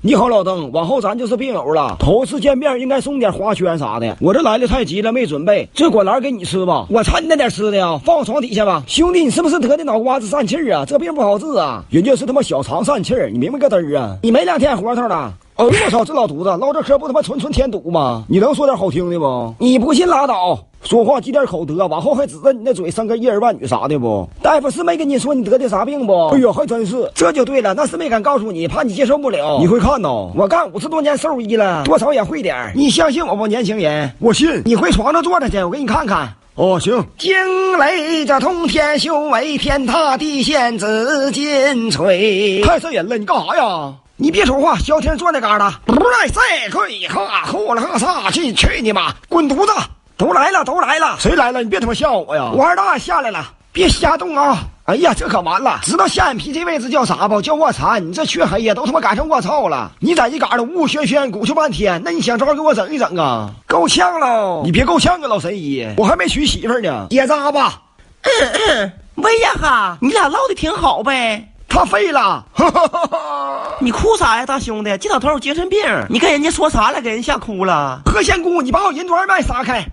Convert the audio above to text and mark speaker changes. Speaker 1: 你好，老邓，往后咱就是病友了。头次见面应该送点花圈啥的，我这来的太急了，没准备。这果篮给你吃吧，我馋你那点吃的呀，放我床底下吧。兄弟，你是不是得的脑瓜子疝气儿啊？这病不好治啊，人家是他妈小肠疝气儿，你明白个嘚儿啊？你没两天活头了。哎呦我操！这老犊子唠这嗑不他妈纯纯添堵吗？你能说点好听的不？你不信拉倒，说话积点口德，往后还指着你那嘴生个一儿半语啥的不？大夫是没跟你说你得的啥病不？哎呦，还真是，这就对了，那是没敢告诉你，怕你接受不了。你会看呐？我干五十多年兽医了，多少也会点儿你相信我不，年轻人？
Speaker 2: 我信。
Speaker 1: 你回床上坐着去，我给你看看。
Speaker 2: 哦，行。
Speaker 1: 惊雷这通天修为，天塌地陷紫金锤。
Speaker 2: 太瘆人了，你干啥呀？
Speaker 1: 你别说话，消停坐那旮瘩。不赖赛跪哈，啊呼啦哈撒去，去你妈，滚犊子！都来了，都来了，
Speaker 2: 谁来了？你别他妈吓我呀！
Speaker 1: 我二大下来了，别瞎动啊！哎呀，这可完了！知道下眼皮这位置叫啥不？叫卧蚕。你这缺黑呀，都他妈赶上卧槽了！你在这旮瘩呜呜喧喧，鼓秋半天，那你想招给我整一整啊？够呛喽！
Speaker 2: 你别够呛啊，老神医，我还没娶媳妇呢。
Speaker 1: 结扎吧！
Speaker 3: 喂呀哈，你俩唠的挺好呗。
Speaker 1: 他废了！
Speaker 3: 你哭啥呀，大兄弟？这老头有精神病，你跟人家说啥了？给人吓哭了。
Speaker 1: 何仙姑，你把我人多二脉撒开！